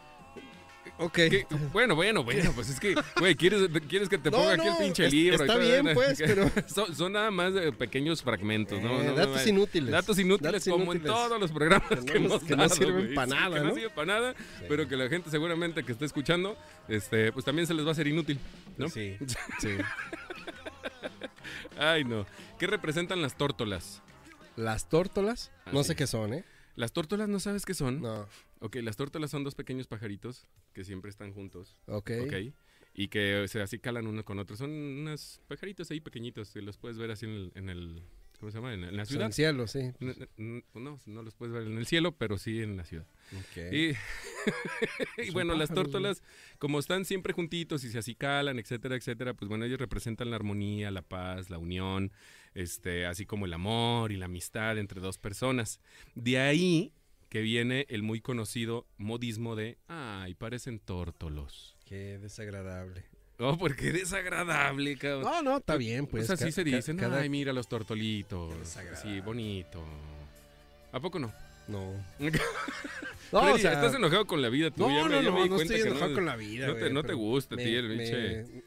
ok.
que- bueno, bueno, bueno, pues es que, güey, ¿quieres, ¿quieieres que te
No,
ponga aquí
no,
el pinche
es-
libro? y
Está
todo?
bien, pues, pero.
Son, son nada más eh, pequeños fragmentos, ¿no?
eh,
No, no,
datos
no,
inútiles.
Datos inútiles
Datos
como en
inútiles.
todos los programas que,
Que no
hemos
nos- que no
dado,
sirven
güey.
pa'
Sí,
nada,
que no
¿no?
sirven para nada,
Sí.
pero que la gente seguramente que está escuchando, este, pues también se les va a hacer inútil, ¿no?
pues Sí. sí.
Ay, no. ¿Qué representan las tórtolas?
Las tórtolas, no
Así.
sé qué son, ¿eh?
Las tórtolas no sabes qué son.
No.
Ok, las tórtolas son dos pequeños pajaritos que siempre están juntos,
Ok.
¿ok? Y que se así calan uno con otro. Son unos pajaritos ahí pequeñitos que los puedes ver así en el, en el- ¿cómo se llama? En la, en la
Son
ciudad.
el cielo, sí.
No, no, pues no, no los puedes ver en el cielo, pero sí en la ciudad.
Ok. Pues
Y, y
Son
bueno, las
pájaros, güey.
tórtolas, como están siempre juntitos y se acicalan, etcétera, etcétera, pues bueno, ellos representan la armonía, la paz, la unión, este, así como el amor y la amistad entre dos personas. De ahí que viene el muy conocido modismo de, ay, parecen tórtolos.
Qué desagradable.
Oh, porque desagradable, cabrón.
No, no, está bien, pues.
pues así
ca-
se
ca-
dicen,
cada-
ay, mira los tortolitos,
desagradable.
así, bonito. ¿A poco no?
No.
No,
no, o sea,
estás enojado con la vida, tú
no,
ya me-
no,
ya me
no,
di
no
cuenta
estoy
que
enojado con la vida,
no te-
güey,
no te
pero
gusta a ti el pinche-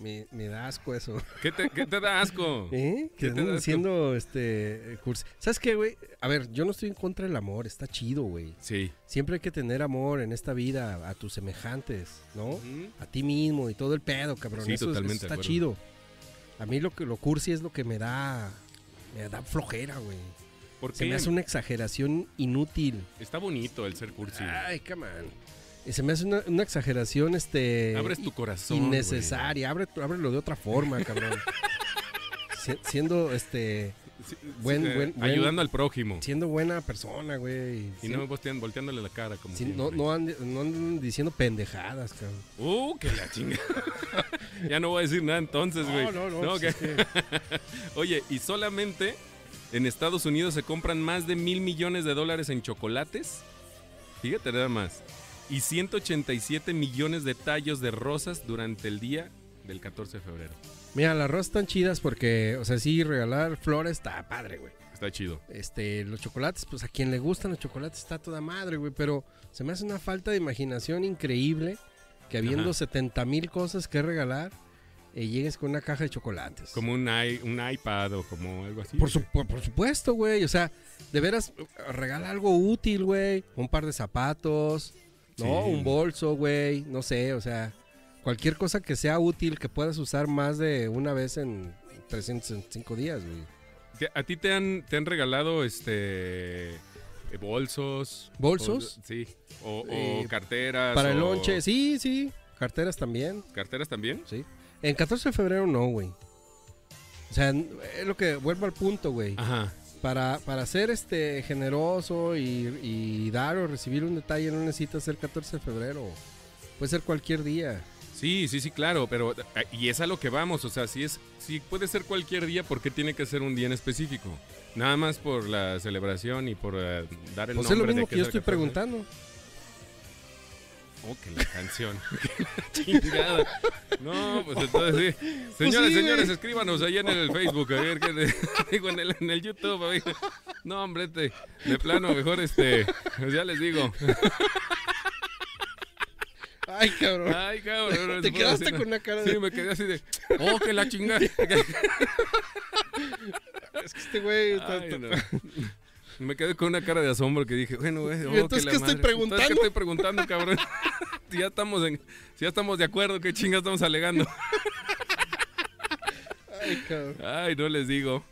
Me, me da asco eso.
¿Qué te, qué te da asco?
¿Eh?
¿Qué
Que
te da
andan
asco?
haciendo este eh, cursi. ¿Sabes qué, güey? A ver, yo no estoy en contra del amor, está chido, güey.
Sí.
Siempre hay que tener amor en esta vida a tus semejantes, ¿no? A ti mismo y todo el pedo, cabrón.
Sí,
eso, eso
totalmente de
está
acuerdo.
chido. A mí lo que lo cursi es lo que me da me da flojera, güey.
¿Por
Se
qué?
me hace una exageración inútil.
Está bonito el ser cursi.
Ay, come on. Y se me hace una, una exageración este
Abres tu corazón.
innecesaria. Abre, ábrelo de otra forma, cabrón. Si- siendo este
güey. sí,
Buen-
eh,
buen- buen-
ayudando al prójimo.
Siendo buena persona, güey.
Y
Sien-
no voltean- volteándole la cara como
sí, no,
siempre.
no anden- no anden diciendo pendejadas, cabrón.
Uh, que la chinga. ya no voy a decir nada entonces, güey.
No, no, no. pues
que-
es que-
Oye, y solamente en Estados Unidos se compran más de mil millones de dólares en chocolates. Fíjate nada más. Y 187 millones de tallos de rosas durante el día del 14 de febrero.
Mira, las rosas están chidas porque, o sea, sí, regalar flores está padre, güey.
Está chido.
Este, los chocolates, pues a quien le gustan los chocolates está toda madre, güey. Pero se me hace una falta de imaginación increíble que habiendo
Ajá.
70 mil cosas que regalar, eh, llegues con una caja de chocolates.
Como un, i- un iPad o como algo así.
Por, supu- por supuesto, güey. O sea, de veras, eh, regala algo útil, güey. Un par de zapatos, ¿no?
Sí.
Un bolso, güey. No sé, o sea, cualquier cosa que sea útil que puedas usar más de una vez en 365 días, güey.
¿Te- ¿A ti te han, te han regalado este eh, bolsos?
¿Bolsos?
O- sí. O, o
Eh,
carteras.
Para el
o-
lonche, sí, sí. Carteras también,
¿Carteras también?
sí. En 14 de febrero no, güey. O sea, n- es lo que vuelvo al punto, güey.
Ajá.
Para, para ser este generoso y, y dar o recibir un detalle no necesita ser 14 de febrero. Puede ser cualquier día.
Sí, sí, sí, claro, pero eh, y es a lo que vamos, o sea, si es, si puede ser cualquier día, ¿por qué tiene que ser un día en específico? Nada más por la celebración y por eh, dar el
Pues
nombre
es lo
de
mismo
que
que yo
es el 14.
estoy preguntando.
Oh, que la canción. Que la chingada. No, pues entonces sí. Señoras,
sí, güey.
señores, escríbanos ahí en el Facebook, a ver qué- digo, en el, en el YouTube, a ver. No, hombre, este, de plano, mejor este, pues ya les digo.
Ay, cabrón.
Ay, cabrón. Ah, no
Te
se puede
quedaste
decir, no.
con una cara de.
Sí, me quedé así de, oh, que la chingada.
Es que este güey. está-
Ay,
está-
no. Me quedé con una cara de asombro que dije, bueno, güey, oh,
entonces
que la
qué estoy
madre.
preguntando?
Entonces, ¿qué estoy preguntando, cabrón? si, ya estamos en- si ya estamos de acuerdo, ¿qué chingas estamos alegando?
Ay, cabrón.
Ay, no les digo.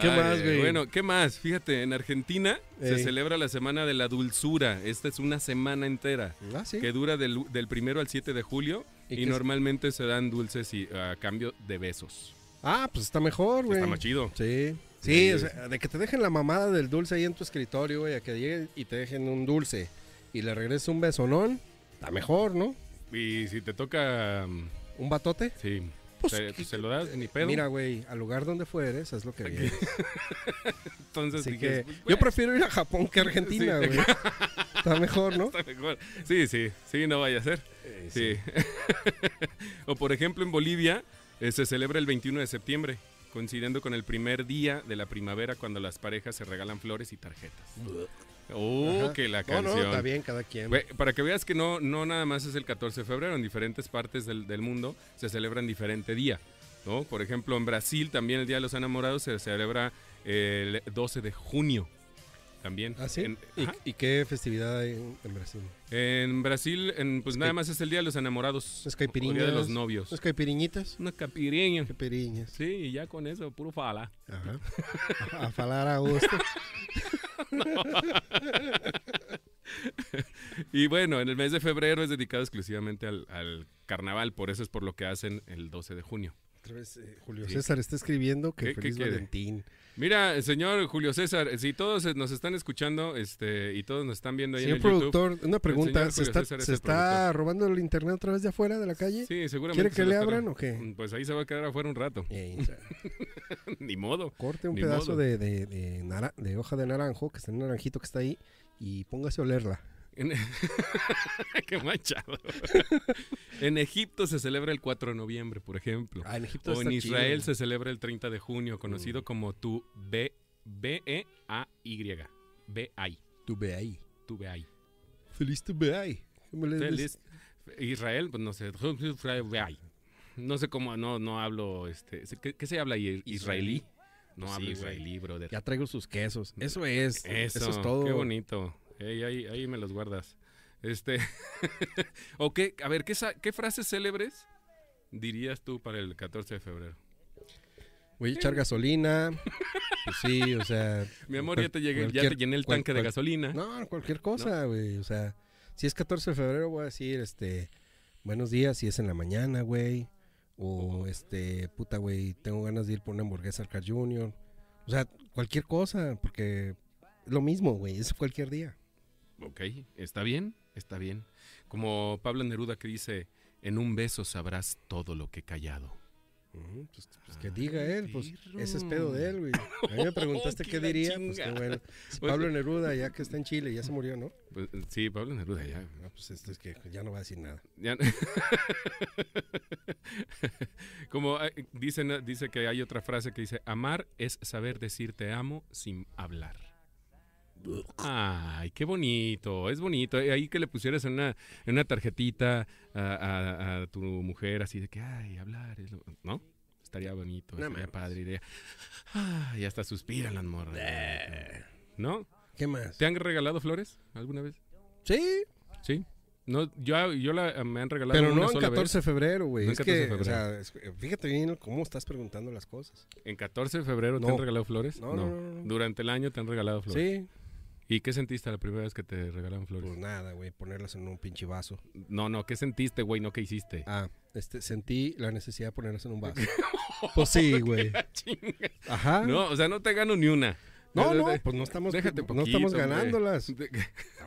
¿Qué
Ay,
más, güey?
Bueno, ¿qué más? Fíjate, en Argentina se
Ey.
celebra la Semana de la Dulzura. Esta es una semana entera
Ah, sí.
que dura del, del primero al 7 de julio
¿Y
y,
qué es?
normalmente se dan dulces y, a cambio de besos.
Ah, pues está mejor, güey.
Está más chido.
Sí.
Sí,
Sí, o
güey.
sea, de que te dejen la mamada del dulce ahí en tu escritorio, güey, a que lleguen y te dejen un dulce y le regreses un besonón, está mejor, ¿no?
Y si te toca, mm,
Un batote.
sí,
Pues,
se,
¿qué-
se lo das, ni pedo.
Mira, güey, al lugar donde fueres, es lo que vienes.
Entonces
Así
dije,
que
pues,
yo
güey,
prefiero ir a Japón que a Argentina,
Sí.
güey. Está mejor, ¿no?
Está mejor. Sí, sí, sí, no vaya a ser.
Eh,
Sí. o por ejemplo, en Bolivia eh, se celebra el 21 de septiembre, coincidiendo con el primer día de la primavera cuando las parejas se regalan flores y tarjetas. Oh,
Ajá.
que la
No,
canción.
no, está bien cada quien.
Güey, para que veas que no, no nada más es el 14 de febrero, en diferentes partes del, del mundo se celebra en diferente día. ¿no? Por ejemplo, en Brasil también el Día de los Enamorados se celebra el 12 de junio. También.
¿Ah, sí?
En-
¿Y,
ajá.
y qué festividad hay en, en Brasil?
En Brasil, en, pues
Es
nada
que-
más es el Día de los Enamorados.
Es
o Día de los
caipiriñas.
Novios.
¿Es caipiriñitas?
Una capireña.
Caipiriñas.
Sí, y ya con eso, puro fala.
Ajá. A, a falar a gusto.
Y bueno, en el mes de febrero es dedicado exclusivamente al, al carnaval, por eso es por lo que hacen el 12 de junio.
Otra vez, eh, Julio
Sí.
César está escribiendo que
¿Qué- qué
feliz
quiere?
Valentín.
Mira, señor Julio César, si todos nos están escuchando este y todos nos están viendo ahí
Señor
en el YouTube.
productor, una pregunta.
señor
¿Se
Julio
está,
César es
se
el
está robando el internet otra vez de afuera de la calle?
Sí, seguramente.
¿Quiere que
se lo
le
estará-
abran o qué?
Pues ahí se va a quedar afuera un rato.
Ey, Eh, o sea,
Ni modo.
corte un
Ni
pedazo
modo.
de, de- de nara- de hoja de naranjo, que está en naranjito que está ahí, y póngase a olerla.
e- Qué manchado. en Egipto se celebra el 4 de noviembre, por ejemplo.
Ah, en Egipto
O en
está
Israel
chido. Mm.
se celebra el 30 de junio, conocido como tu B E A Y. B I,
Tu ve ahí.
tu B I.
Feliz tu ve ahí. ¿Cómo le dices?
Feliz- Israel, pues no sé, Tubeai. no sé cómo, no, no hablo, este, ¿qué, qué se habla ahí? ¿Israelí? No
Sí,
hablo
güey.
israelí, brother.
Ya traigo sus quesos. Eso es.
Eso,
Eso, es todo.
Qué bonito. Ey, ahí, ahí me los guardas. Este, o qué, a ver, ¿qué, sa- ¿qué frases célebres dirías tú para el 14 de febrero?
Voy a echar gasolina. Pues sí, o sea.
Mi amor, ya te, llegué, ya te
cualquier-
llené el
cual-
tanque de
cual-
gasolina.
No, cualquier cosa, güey. O sea, si es 14 de febrero, voy a decir, este, buenos días, si es en la mañana, güey. O, este, puta, güey, tengo ganas de ir por una hamburguesa al Car Junior. O sea, cualquier cosa, porque lo mismo, güey, es cualquier día.
Ok, está bien, está bien. Como Pablo Neruda que dice, en un beso sabrás todo lo que he callado.
Ujú, Pues, pues que diga él, pues ese es pedo de él, güey. A mí me preguntaste
Qué
qué
la
diría, pues que
chingada.
bueno.
Pues-
Pablo Neruda, ya que está en Chile, ya se murió, ¿no?
Pues, sí, Pablo Neruda ya.
No, pues esto es que ya no va a decir nada.
ya- Como eh, dicen, dice que hay otra frase que dice, amar es saber decir te amo sin hablar. Ay, qué bonito, es bonito. Eh, Ahí que le pusieras en una, en una tarjetita a, a- a tu mujer así de que, ay, hablar, es lo-", ¿no? Estaría bonito,
No
estaría
mames.
padre. Iría, ay, hasta suspiran las morras.
Eh.
¿No?
¿Qué más?
¿Te han regalado flores alguna vez?
Sí,
Sí. No, yo, yo la, me han regalado
pero
una
no en
sola
14
vez.
de febrero, güey.
No en
Es
14
que,
de
o sea, es- fíjate bien cómo estás preguntando las cosas.
¿En 14 de febrero te
No.
han regalado flores?
No, no, no, no.
Durante el año te han regalado flores.
Sí,
¿Y qué sentiste la primera vez que te regalaron flores?
pues nada, güey, ponerlas en un pinche vaso.
No, no, ¿qué sentiste, güey? No, ¿qué hiciste?
Ah, este, sentí la necesidad de ponerlas en un vaso. pues sí, güey.
Chinga.
Ajá.
no, o sea, no te gano ni una.
Ah. No,
Eh,
no,
eh,
pues no estamos,
déjate
no estamos
poquito, güey.
ganándolas.
de-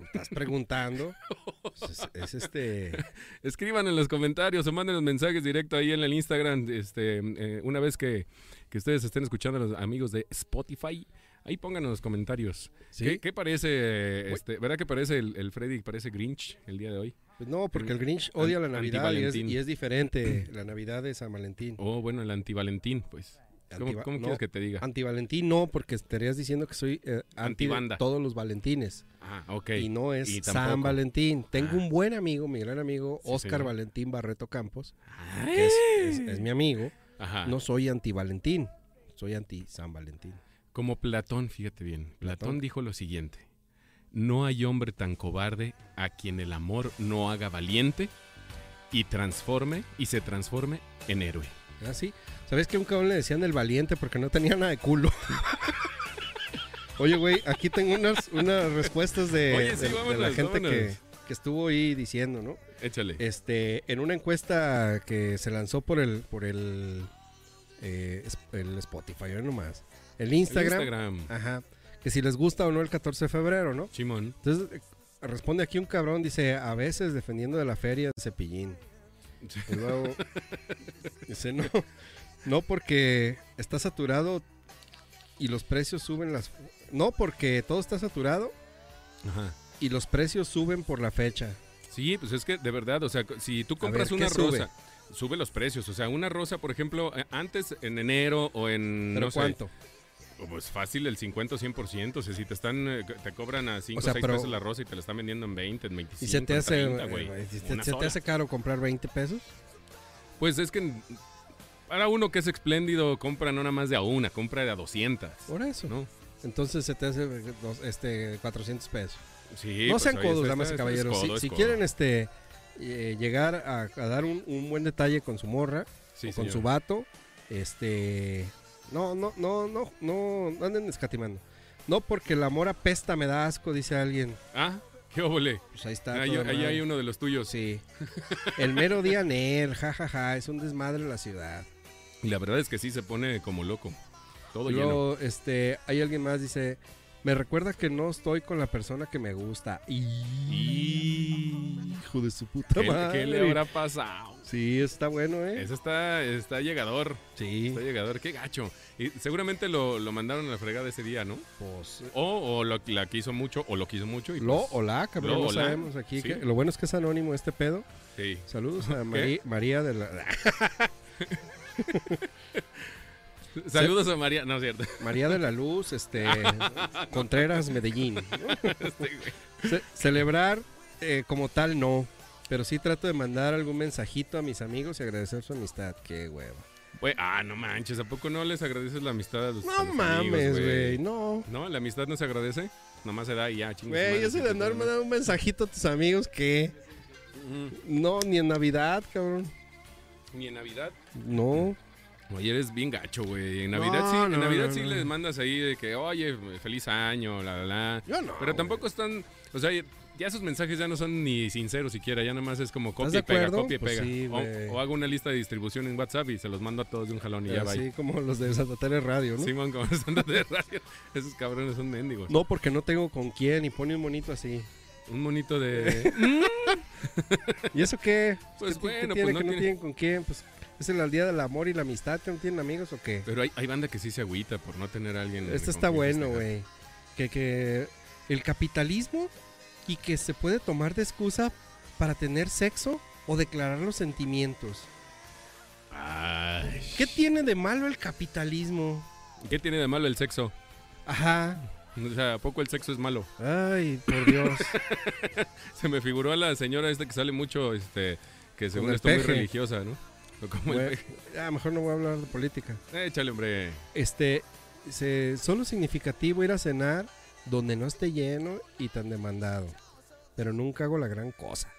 Estás preguntando. Pues Es, es este.
Escriban en los comentarios o manden los mensajes directo ahí en el Instagram. Este, eh, una vez que, que ustedes estén escuchando a los amigos de Spotify, ahí pongan en los comentarios.
¿sí?
¿Qué, qué parece? Este, ¿Verdad que parece el, el Freddy? Parece Grinch el día de hoy.
Pues no, porque el Grinch odia la Navidad y es,
Antivalentín.
y es diferente. La Navidad de San Valentín.
Oh, bueno, el antivalentín, pues. ¿Cómo,
Antiva-
cómo
no,
quieres que te diga?
Antivalentín no, porque estarías diciendo que soy eh, anti de
Antibanda.
todos los Valentines.
Ah, ok.
Y no es
y
San
tampoco.
Valentín. Tengo
Ah.
un buen amigo, mi gran amigo,
Sí,
Oscar
señor. ¡Eh!
Valentín Barreto Campos,
Ay.
que es, es- es mi amigo.
Ajá.
No soy anti-Valentín, soy anti-San Valentín.
Como Platón, fíjate bien. Platón
Platón.
dijo lo siguiente. No hay hombre tan cobarde a quien el amor no haga valiente y transforme y se transforme en héroe.
¿Ah, sí? ¿Sabes que un cabrón le decían el valiente porque no tenía nada de culo? Oye, güey, aquí tengo unas, unas respuestas de,
Oye, sí,
de- de la
vámonos,
gente que,
vámonos.
que estuvo ahí diciendo, ¿no?
Échale.
Este, en una encuesta que se lanzó por el, por el, eh, es- el Spotify, oye nomás. El
El
Instagram, Ah.
Instagram.
Ajá. Que si les gusta o no el 14 de febrero, ¿no?
Simón.
Entonces, eh, responde aquí un cabrón, dice, a veces defendiendo de la feria de cepillín. Y luego, dice, no, no porque está saturado y los precios suben las... No porque todo está saturado
Ajá.
y los precios suben por la fecha.
Sí, pues es que de verdad, o sea, co- si tú compras
ver, ¿qué
una
sube?
rosa, sube? los precios. O sea, una rosa, por ejemplo, eh, antes en enero o en.
¿Pero
no sé,
cuánto?
pues fácil, el 50 o 100%. O sea, si te están. eh, Te cobran a 5 o
sea,
6
pero-
pesos la rosa y te la están vendiendo en 20, en 25.
¿Y se te
en
hace,
30,
eh,
Pues güey,
eh, se-
una
se te
sola.
hace caro comprar 20 pesos?
Pues es que. Para uno que es espléndido, compra no nada más de a una, compra de a 200.
Por eso.
¿No?
Entonces se te hace eh, dos- este, 400 pesos.
Sí,
no
pues,
sean
ahí
codos,
está,
damas
está- está-
y caballeros.
es
Si-
codo, es
si
codo.
quieren este eh, llegar a, a dar un, un buen detalle con su morra,
Sí,
o con
señor.
su vato, este no, no, no, no, no, no anden escatimando. No porque la mora pesta me da asco, dice alguien.
Ah, qué óvole.
Pues ahí está.
Ahí,
toda
ahí
madre.
hay uno de los tuyos.
Sí. El mero día Ner, jajaja, es un desmadre la ciudad.
Y la verdad es que sí se pone como loco. Todo
Y
lleno.
Luego, este, hay alguien más, dice, me recuerda que no estoy con la persona que me gusta. Hijo de su puta
¿Qué,
madre.
qué le habrá pasado?
Sí, está bueno, ¿eh?
Eso está, está llegador.
Sí.
Está llegador. Qué gacho. Y seguramente lo, lo mandaron a la fregada ese día, ¿no?
Pues,
O, o lo- la quiso mucho, o lo quiso mucho. Y
lo
pues,
o la, cabrón,
lo
no
o la,
sabemos aquí.
sí.
que- lo bueno es que es anónimo este pedo.
sí.
Saludos a Mari- María de la
Saludos a María. No, es cierto.
María de la Luz, este Contreras, Medellín. ¿no?
Este güey.
Ce- celebrar eh, como tal no, pero sí trato de mandar algún mensajito a mis amigos y agradecer su amistad. Qué huevo.
Güey, ah, no manches. ¿A poco no les agradeces la amistad a los Pues, a
No
los
mames,
amigos,
güey, no.
No, la amistad no se agradece. Nomás se da y ya, chingas.
Güey, eso de andar mandando un mensajito a tus amigos que no ni en Navidad, cabrón.
Ni en Navidad.
No.
Oye, eres bien gacho, güey. En Navidad
No,
sí, en
no,
Navidad
no,
sí
no.
les mandas ahí de que, oye, feliz año, la, la, la.
Yo no.
Pero tampoco están, o sea, ya esos mensajes ya no son ni sinceros siquiera, ya nada más es como
¿Estás
copia y
de
pega,
acuerdo?
copia y
Pues
pega.
sí, güey.
o, o hago una lista de distribución en WhatsApp y se los mando a todos de un jalón y ya va.
Así como los de Santa Tere Radio, ¿no?
Simón, como están de radio. Esos cabrones son mendigos.
No, porque no tengo con quién y pone un monito así.
Un monito de.
¿Y eso qué?
Pues
¿Qué ti- qué
bueno,
tiene
pues no tiene-
que no tienen con quién? Pues es el día del amor y la amistad, que no tienen amigos o qué?
Pero hay, hay banda que sí se agüita por no tener a alguien.
Este
con
está
quien
bueno,
festejar.
güey. Que, que el capitalismo y que se puede tomar de excusa para tener sexo o declarar los sentimientos.
Ay.
¿Qué tiene de malo el capitalismo?
¿Qué tiene de malo el sexo?
Ajá.
O sea, ¿a poco el sexo es malo?
Ay, por Dios.
Se me figuró a la señora esta que sale mucho, este, que según
el
esto muy
peje.
religiosa, ¿no? O como el
Güey,
peje.
ah, mejor no voy a hablar de política.
Échale, hombre.
Este, se- solo significativo ir a cenar donde no esté lleno y tan demandado. Pero nunca hago la gran cosa,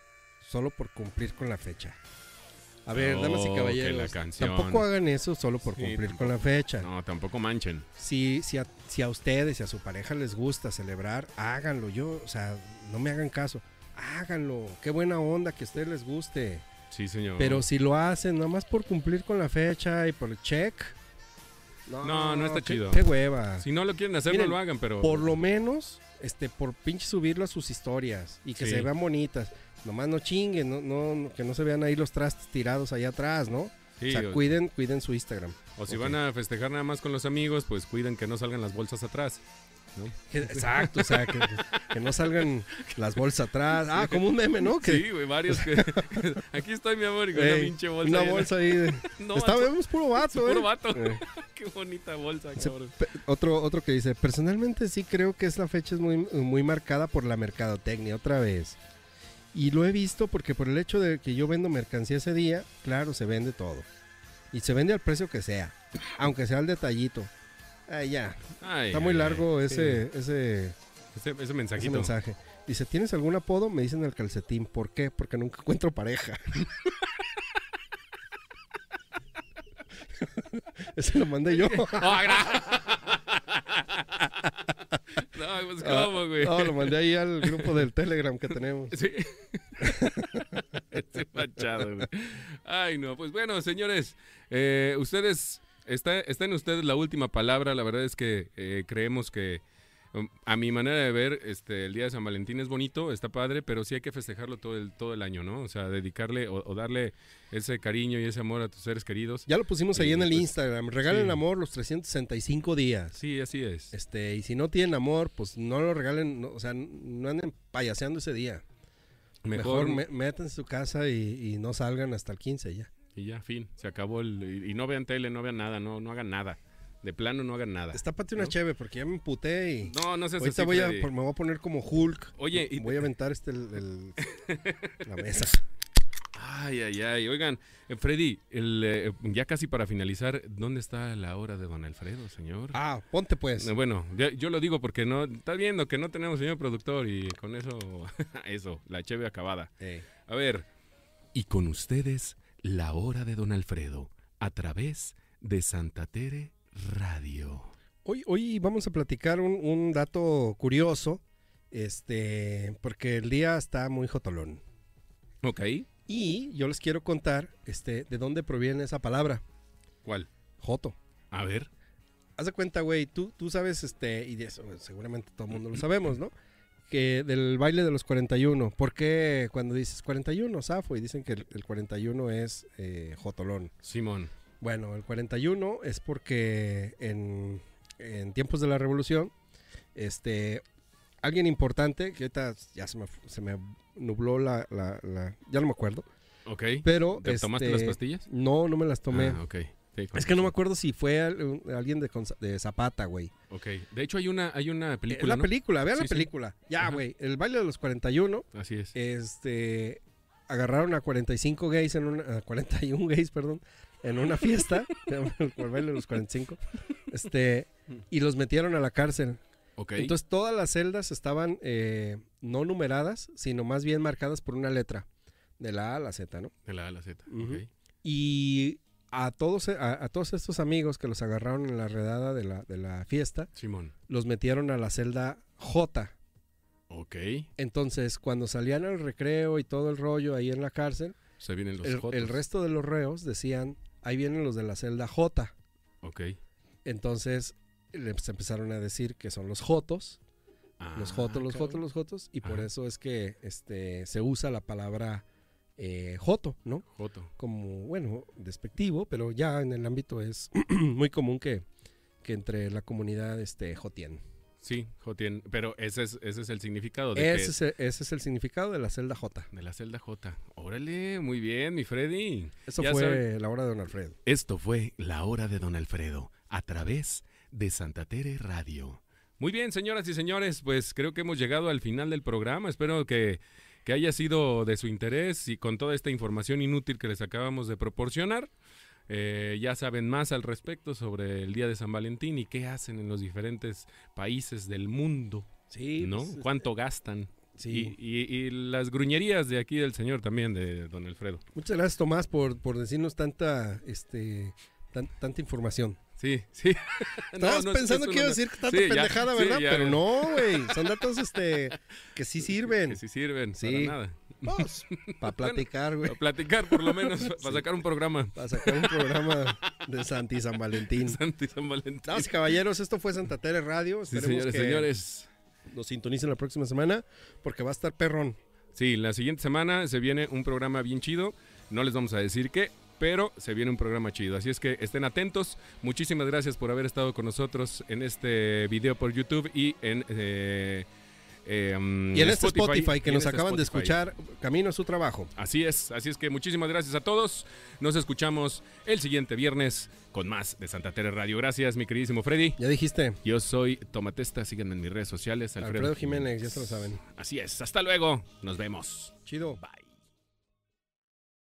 solo por cumplir con la fecha. A ver,
Oh,
damas y
que la
caballeros,
canción.
tampoco hagan eso solo por
Sí,
cumplir
tampoco.
con la fecha.
No, tampoco manchen.
Si, si, a, si a ustedes y a su pareja les gusta celebrar, háganlo. Yo, o sea, no me hagan caso. Háganlo. Qué buena onda que a ustedes les guste.
Sí, señor.
Pero si lo hacen nomás por cumplir con la fecha y por el check.
No, no está
qué-
chido.
Qué hueva.
si no lo quieren hacer,
Miren,
no lo hagan, pero.
Por lo menos, este, por pinche subirlo a sus historias y que
Sí.
se vean bonitas. Nomás no chinguen, no, no, no- que no se vean ahí los trastes tirados allá atrás, ¿no?
Sí,
o sea,
o-
cuiden, cuiden su Instagram.
O si
Ok.
van a festejar nada más con los amigos, pues cuiden que no salgan las bolsas atrás.
Que- Exacto, o sea, que, que no salgan las bolsas atrás. Ah, como un meme, ¿no? Que,
Sí, güey, varios. que- Aquí estoy, mi amor, y con una
ey,
pinche bolsa.
una
llena.
bolsa ahí. de-
No,
Está,
es-
vemos puro vato,
puro
¿eh?
vato.
Eh.
Qué bonita bolsa,
Se-
cabrón.
Pe- Otro, otro que dice, personalmente sí creo que esta fecha es muy, muy marcada por la mercadotecnia, otra vez. Y lo he visto porque por el hecho de que yo vendo mercancía ese día, claro, se vende todo. Y se vende al precio que sea, aunque sea el detallito. Ah, ya,
Ay,
está muy
ay,
largo
ay.
ese, ese,
Ese, ese
ese
mensajito.
mensaje. Dice, ¿tienes algún apodo? Me dicen el calcetín. ¿Por qué? Porque nunca encuentro pareja. ese lo mandé yo.
Ah, gra- no, pues cómo, güey.
No, lo mandé ahí al grupo del Telegram que tenemos.
Sí. Este fachado, güey. Ay, no. Pues bueno, señores, eh, ustedes, está, está en ustedes la última palabra. La verdad es que eh, creemos que, um, a mi manera de ver, este, el día de San Valentín es bonito, está padre, pero sí hay que festejarlo todo el, todo el año, ¿no? O sea, dedicarle o, o darle ese cariño y ese amor a tus seres queridos.
Ya lo pusimos ahí
Sí,
en el
pues,
Instagram. Regalen
sí.
amor los 365 días.
Sí, así es.
Este, y si no tienen amor, pues no lo regalen, no- o sea, no anden payaseando ese día. Mejor,
Mejor,
me- métanse en su casa y, y no salgan hasta el 15 ya.
y ya, fin, se acabó el... Y, y no vean tele, no vean nada, no, no hagan nada. De plano no hagan nada.
Estápate una
¿No?
cheve porque ya me emputé y
No, no seas
Este, ahorita
así,
voy a,
Freddy.
por- me voy a poner como Hulk.
Oye, y-
voy a aventar este el- el- la mesa.
Ay, ay, ay. Oigan, eh, Freddy, el, eh, ya casi para finalizar, ¿dónde está la hora de don Alfredo, señor?
Ah, ponte pues.
Eh, Bueno, ya- yo lo digo porque no, estás viendo que no tenemos señor productor y con eso, eso, la cheve acabada.
Eh.
A ver, y con ustedes, la hora de don Alfredo, a través de Santa Tere Radio.
Hoy, hoy vamos a platicar un, un dato curioso, este, porque el día está muy jotolón.
Ok,
Y yo les quiero contar este, de dónde proviene esa palabra,
¿cuál?
joto.
A ver,
Haz de cuenta, güey, tú, tú sabes, este, y de eso bueno, seguramente todo el mundo lo sabemos, ¿no? Que del baile de los 41. ¿Por qué cuando dices 41, Safo? Y dicen que el, el 41 es eh, jotolón.
Simón.
Bueno, el 41 es porque en, en tiempos de la revolución, este, alguien importante, que ahorita ya se me, se me nubló la, la- la- ya no me acuerdo,
Ok.
pero...
¿Te tomaste las
este,
pastillas?
No, no me las tomé.
Ah, ok. Sí, con
es que no me
razón.
acuerdo si fue al- un- alguien de, Conza- de Zapata, güey.
Ok. De hecho, hay una, hay una
Eh,
película,
la
¿no?
película, vean
Sí,
la
sí.
película. Ya,
Ajá.
güey, el baile de los 41,
Así es.
este, agarraron a 45 gays en una, a 41 gays, perdón, en una fiesta, por baile de los 45, este, y los metieron a la cárcel.
Mm. ok.
Entonces todas las celdas estaban eh, no numeradas, sino más bien marcadas por una letra, de la A a la Z, ¿no?
De la A a la Z. ok.
Ujú. Y a todos, a, a todos estos amigos que los agarraron en la redada de la, de la fiesta,
Simón.
los metieron a la celda J,
Ok.
Entonces, cuando salían al recreo y todo el rollo ahí en la cárcel,
Se vienen los
el,
jotos.
el resto de los reos decían, ahí vienen los de la celda J.
Ok.
Entonces, les empezaron a decir que son los Jotos, los
Ah,
Jotos,
cabrón.
los Jotos, los Jotos, y por
Ajá.
eso es que este, se usa la palabra eh, Joto, ¿no?
Joto.
como, bueno, despectivo, pero ya en el ámbito es muy común que, que entre la comunidad este, jotien.
Sí, Jotien. Pero ese es, ese es el significado de, que-
Ese es, el, ese es el significado de la celda J.
de la celda J. Órale, muy bien, mi Freddy.
Eso
Ya
fue
saben.
la hora de Don Alfredo.
Esto fue La Hora de Don Alfredo, a través de Santa Tere Radio. Muy bien, señoras y señores, pues creo que hemos llegado al final del programa. Espero que, que haya sido de su interés y con toda esta información inútil que les acabamos de proporcionar. Eh, ya saben más al respecto sobre el Día de San Valentín y qué hacen en los diferentes países del mundo,
Sí, pues, este,
¿no? ¿Cuánto gastan?
sí.
pues, Y, y- y las gruñerías de aquí del señor también, de don Alfredo.
Muchas gracias, Tomás, por, por decirnos tanta, este, tan- tanta información.
Sí, sí. No,
Estabas
no, es- es
pensando que iba a
una-
decir tanta
Sí, ya,
pendejada,
sí,
¿verdad?
ya,
pero
ya.
no, güey. Son datos este, que sí sirven.
Que sí sirven,
Sí.
para nada.
para platicar, güey.
Para platicar, por lo menos, para
Sí.
sacar un programa.
Para sacar un programa de Santi San Valentín.
Santi San Valentín.
Damas y caballeros, esto fue Santa Tere Radio.
Sí,
Esperemos
señores,
que
señores.
nos sintonicen la próxima semana porque va a estar perrón.
Sí, la siguiente semana se viene un programa bien chido. No les vamos a decir qué, pero se viene un programa chido. Así es que estén atentos. Muchísimas gracias por haber estado con nosotros en este video por YouTube y en. eh, eh, mm,
Y en este Spotify,
y
que
en
nos
este
acaban de
Spotify.
escuchar, camino a su trabajo.
Así es, así es que muchísimas gracias a todos. Nos escuchamos el siguiente viernes con más de Santa Tere Radio. Gracias, mi queridísimo Freddy.
Ya dijiste,
Yo soy Tomatesta, síganme en mis redes sociales.
Alfredo Jiménez, ya se lo saben.
Así es, hasta luego, nos vemos.
Chido.
Bye.